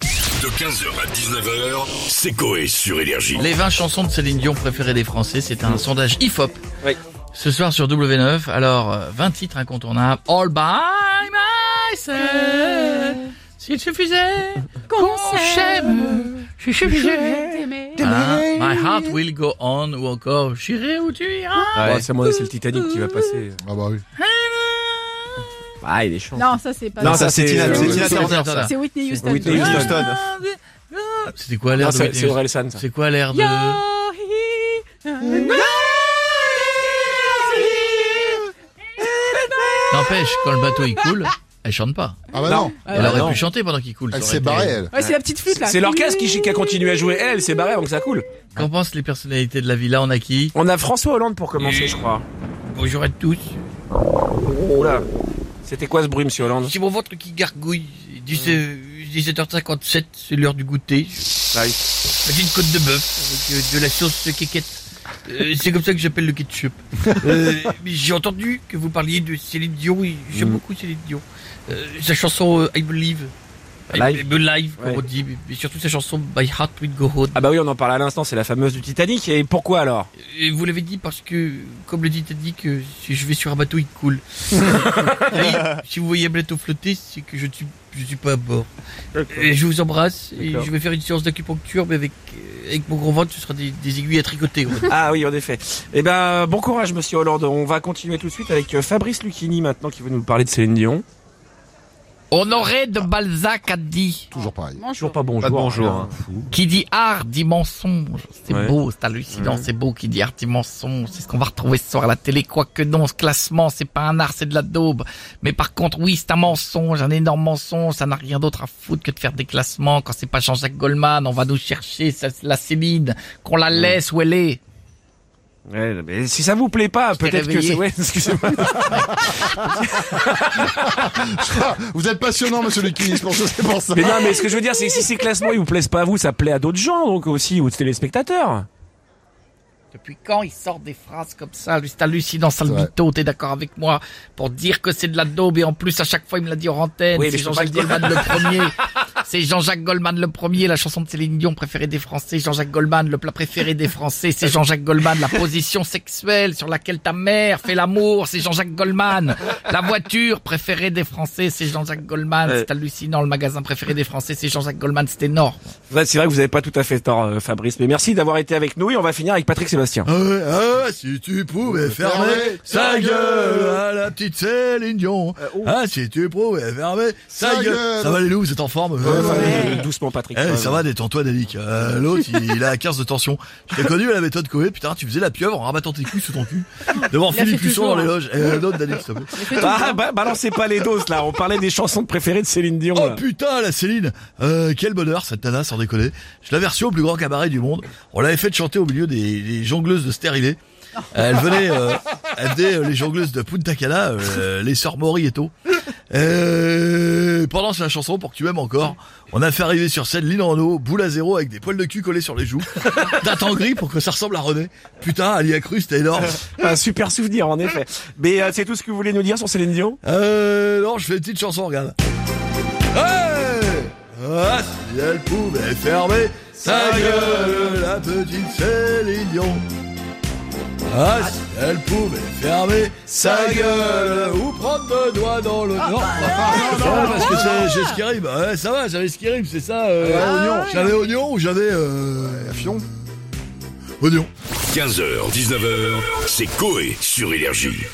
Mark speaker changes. Speaker 1: De 15h à 19h, c'est Coé sur Énergie.
Speaker 2: Les 20 chansons de Céline Dion préférées des Français, c'est un sondage IFOP.
Speaker 3: Oui.
Speaker 2: Ce soir sur W9, alors euh, 20 titres incontournables. All by myself. S'il suffisait qu'on s'aime, je suffisait.
Speaker 3: Ah,
Speaker 2: Ah, my heart will go on ou encore j'irai où tu iras.
Speaker 3: Ouais. c'est à mon avis, c'est le Titanic qui va passer.
Speaker 4: Ah bah oui.
Speaker 3: Ah, il est chaud.
Speaker 5: Non, ça c'est pas.
Speaker 3: Non, ça,
Speaker 5: ça
Speaker 3: c'est Tina-
Speaker 4: euh,
Speaker 3: c'est Tina
Speaker 4: c'est-
Speaker 3: Turner.
Speaker 2: Turner, ça.
Speaker 5: c'est Whitney Houston.
Speaker 3: Whitney Houston.
Speaker 2: C'était quoi l'air
Speaker 3: Non,
Speaker 2: de
Speaker 3: C'est
Speaker 2: Whitney
Speaker 3: c'est
Speaker 2: Houston
Speaker 3: Aurel San, ça.
Speaker 2: C'est quoi l'air de
Speaker 5: Yo, he-
Speaker 2: N'empêche, quand le bateau il coule, elle chante pas.
Speaker 4: Ah bah non,
Speaker 3: Non.
Speaker 2: Elle
Speaker 3: Ah
Speaker 2: aurait
Speaker 3: non.
Speaker 2: pu chanter pendant qu'il coule.
Speaker 4: elle
Speaker 2: ça
Speaker 4: s'est
Speaker 2: aurait
Speaker 4: barrée
Speaker 2: été-
Speaker 4: elle.
Speaker 5: Ouais, c'est la petite flûte là.
Speaker 3: C'est l'orchestre qui, qui a continué à jouer. Elle, elle s'est barrée avant que ça coule.
Speaker 2: Qu'en pensent les personnalités de la villa On a qui
Speaker 3: On a François Hollande pour commencer, je crois.
Speaker 2: Bonjour à tous.
Speaker 3: Oula. C'était quoi ce bruit, monsieur Hollande
Speaker 2: C'est mon ventre qui gargouille. 17h57, c'est l'heure du goûter.
Speaker 3: Ah oui.
Speaker 2: J'ai une côte de bœuf avec euh, de la sauce quéquette. Euh, c'est comme ça que j'appelle le ketchup. Euh, mais J'ai entendu que vous parliez de Céline Dion et j'aime
Speaker 3: Mm.
Speaker 2: beaucoup Céline Dion. Euh, sa chanson euh, I Believe. I
Speaker 3: Live.
Speaker 2: Believe, live, comme
Speaker 3: Ouais.
Speaker 2: on dit, mais- mais surtout sa chanson My Heart Will Go On.
Speaker 3: Ah bah oui, on en parle à l'instant, c'est la fameuse du Titanic. Et pourquoi alors
Speaker 2: Et vous l'avez dit parce que, comme le dit Titanic, euh, si je vais sur un bateau, il coule. Et si vous voyez un bateau flotter, c'est que je ne suis, je suis pas à bord. Et je vous embrasse et
Speaker 3: D'accord.
Speaker 2: je vais faire une séance d'acupuncture, mais avec, euh, avec mon gros ventre, ce sera des, des aiguilles à tricoter. ouais.
Speaker 3: Ah oui, en effet. Eh ben, bon courage, monsieur Hollande. On va continuer tout de suite avec euh, Fabrice Lucchini maintenant qui veut nous parler de Céline Dion.
Speaker 2: Honoré de Balzac a dit
Speaker 4: Toujours pareil.
Speaker 3: Ah, Toujours
Speaker 5: Bonjour.
Speaker 3: pas bonjour.
Speaker 6: Pas de bonjour,
Speaker 3: hein.
Speaker 2: Qui dit art dit mensonge. C'est
Speaker 3: Ouais.
Speaker 2: beau, c'est hallucinant, c'est beau. Qui dit art dit mensonge. C'est ce qu'on va retrouver ce soir à la télé. Quoique non, ce classement, c'est pas un art, c'est de la daube. Mais par contre, oui, c'est un mensonge, un énorme mensonge. Ça n'a rien d'autre à foutre que de faire des classements. Quand c'est pas Jean-Jacques Goldman, on va nous chercher ça, c'est la Céline. Qu'on la laisse où elle est.
Speaker 3: Ouais, mais si ça vous plaît pas,
Speaker 2: t'ai
Speaker 3: peut-être que
Speaker 2: réveillé.
Speaker 3: c'est... Ouais, excusez-moi.
Speaker 4: Vous êtes passionnant, monsieur Lucchini, je pense que c'est pour ça.
Speaker 3: mais non, mais ce que je veux dire, c'est que si ces classements, ils vous plaisent pas à vous, ça plaît à d'autres gens, donc aussi, aux téléspectateurs.
Speaker 2: Depuis quand il sort des phrases comme ça C'est hallucinant, sale
Speaker 4: C'est vrai.
Speaker 2: mytho, t'es d'accord avec moi Pour dire que c'est de la daube et en plus à chaque fois il me l'a dit en antenne,
Speaker 3: Oui, mais
Speaker 2: c'est
Speaker 3: je peux pas
Speaker 2: Jean-Jacques
Speaker 3: le dire.
Speaker 2: Goldman le premier. C'est Jean-Jacques Goldman le premier, la chanson de Céline Dion préférée des Français. Jean-Jacques Goldman, le plat préféré des Français. C'est Jean-Jacques Goldman, la position sexuelle sur laquelle ta mère fait l'amour. C'est Jean-Jacques Goldman, la voiture préférée des Français. C'est Jean-Jacques Goldman,
Speaker 3: Ouais.
Speaker 2: c'est hallucinant. Le magasin préféré des Français, c'est Jean-Jacques Goldman, c'est énorme.
Speaker 3: Ouais, C'est vrai que vous avez pas tout à fait tort, euh, Fabrice, mais merci d'avoir été avec nous et on va finir avec Patrick Sébastien.
Speaker 7: Ah, si tu pouvais fermer sa gueule à la petite Céline Dion. Ah, si tu pouvais fermer sa
Speaker 4: Sa
Speaker 7: gueule.
Speaker 4: gueule.
Speaker 7: Ça va les loups, vous êtes en forme
Speaker 3: Ouais, enfin,
Speaker 5: Ouais.
Speaker 3: euh, Doucement, Patrick.
Speaker 7: Eh,
Speaker 3: Ouais,
Speaker 7: ça
Speaker 3: ouais.
Speaker 7: va, détends-toi, Dalik. Euh, L'autre, il, il a 15 de tension. Je t'ai connu à la méthode Coé, putain, tu faisais la pieuvre en rabattant tes couilles sous ton cul. Devant
Speaker 5: Il a
Speaker 7: Philippe
Speaker 5: fait
Speaker 7: Cusson
Speaker 5: toujours,
Speaker 7: dans les
Speaker 5: hein.
Speaker 7: loges. Et l'autre, Dalik, s'il te plaît.
Speaker 3: Bah, bah, balancez pas les doses, là. On parlait des chansons préférées de Céline Dion.
Speaker 7: Oh
Speaker 3: là.
Speaker 7: putain, la Céline Euh, Quel bonheur, cette nana, sans déconner. Je l'avais reçue au plus grand cabaret du monde. On l'avait fait chanter au milieu des, des jongleuses de stérilés. Euh, Elle venait, euh, elle venait, euh, les jongleuses de Punta Cana, euh, les sœurs Maury et tout. Euh, pendant sa chanson, pour que tu aimes encore, on a fait arriver sur scène Lynn Renaud, boule à zéro avec des poils de cul collés sur les joues, date en gris pour que ça ressemble à René. Putain, elle y a cru, c'était énorme.
Speaker 3: Un super souvenir, en effet. Mais euh, c'est tout ce que vous voulez nous dire sur Céline Dion
Speaker 7: Euh, non, je fais une petite chanson, regarde. Hey ah, si elle pouvait fermer sa gueule, la petite Céline Dion. Ah, si elle pouvait fermer sa gueule ou prendre deux doigts dans le... Non, Ça va, ah, parce que c'est- j'ai ce qui rime. Ouais, ça va, j'avais ce qui rime, c'est ça. euh, oignon. J'avais oignon ou j'avais... Euh, fion Oignon.
Speaker 1: 15h, 19h, c'est Coé sur Énergie.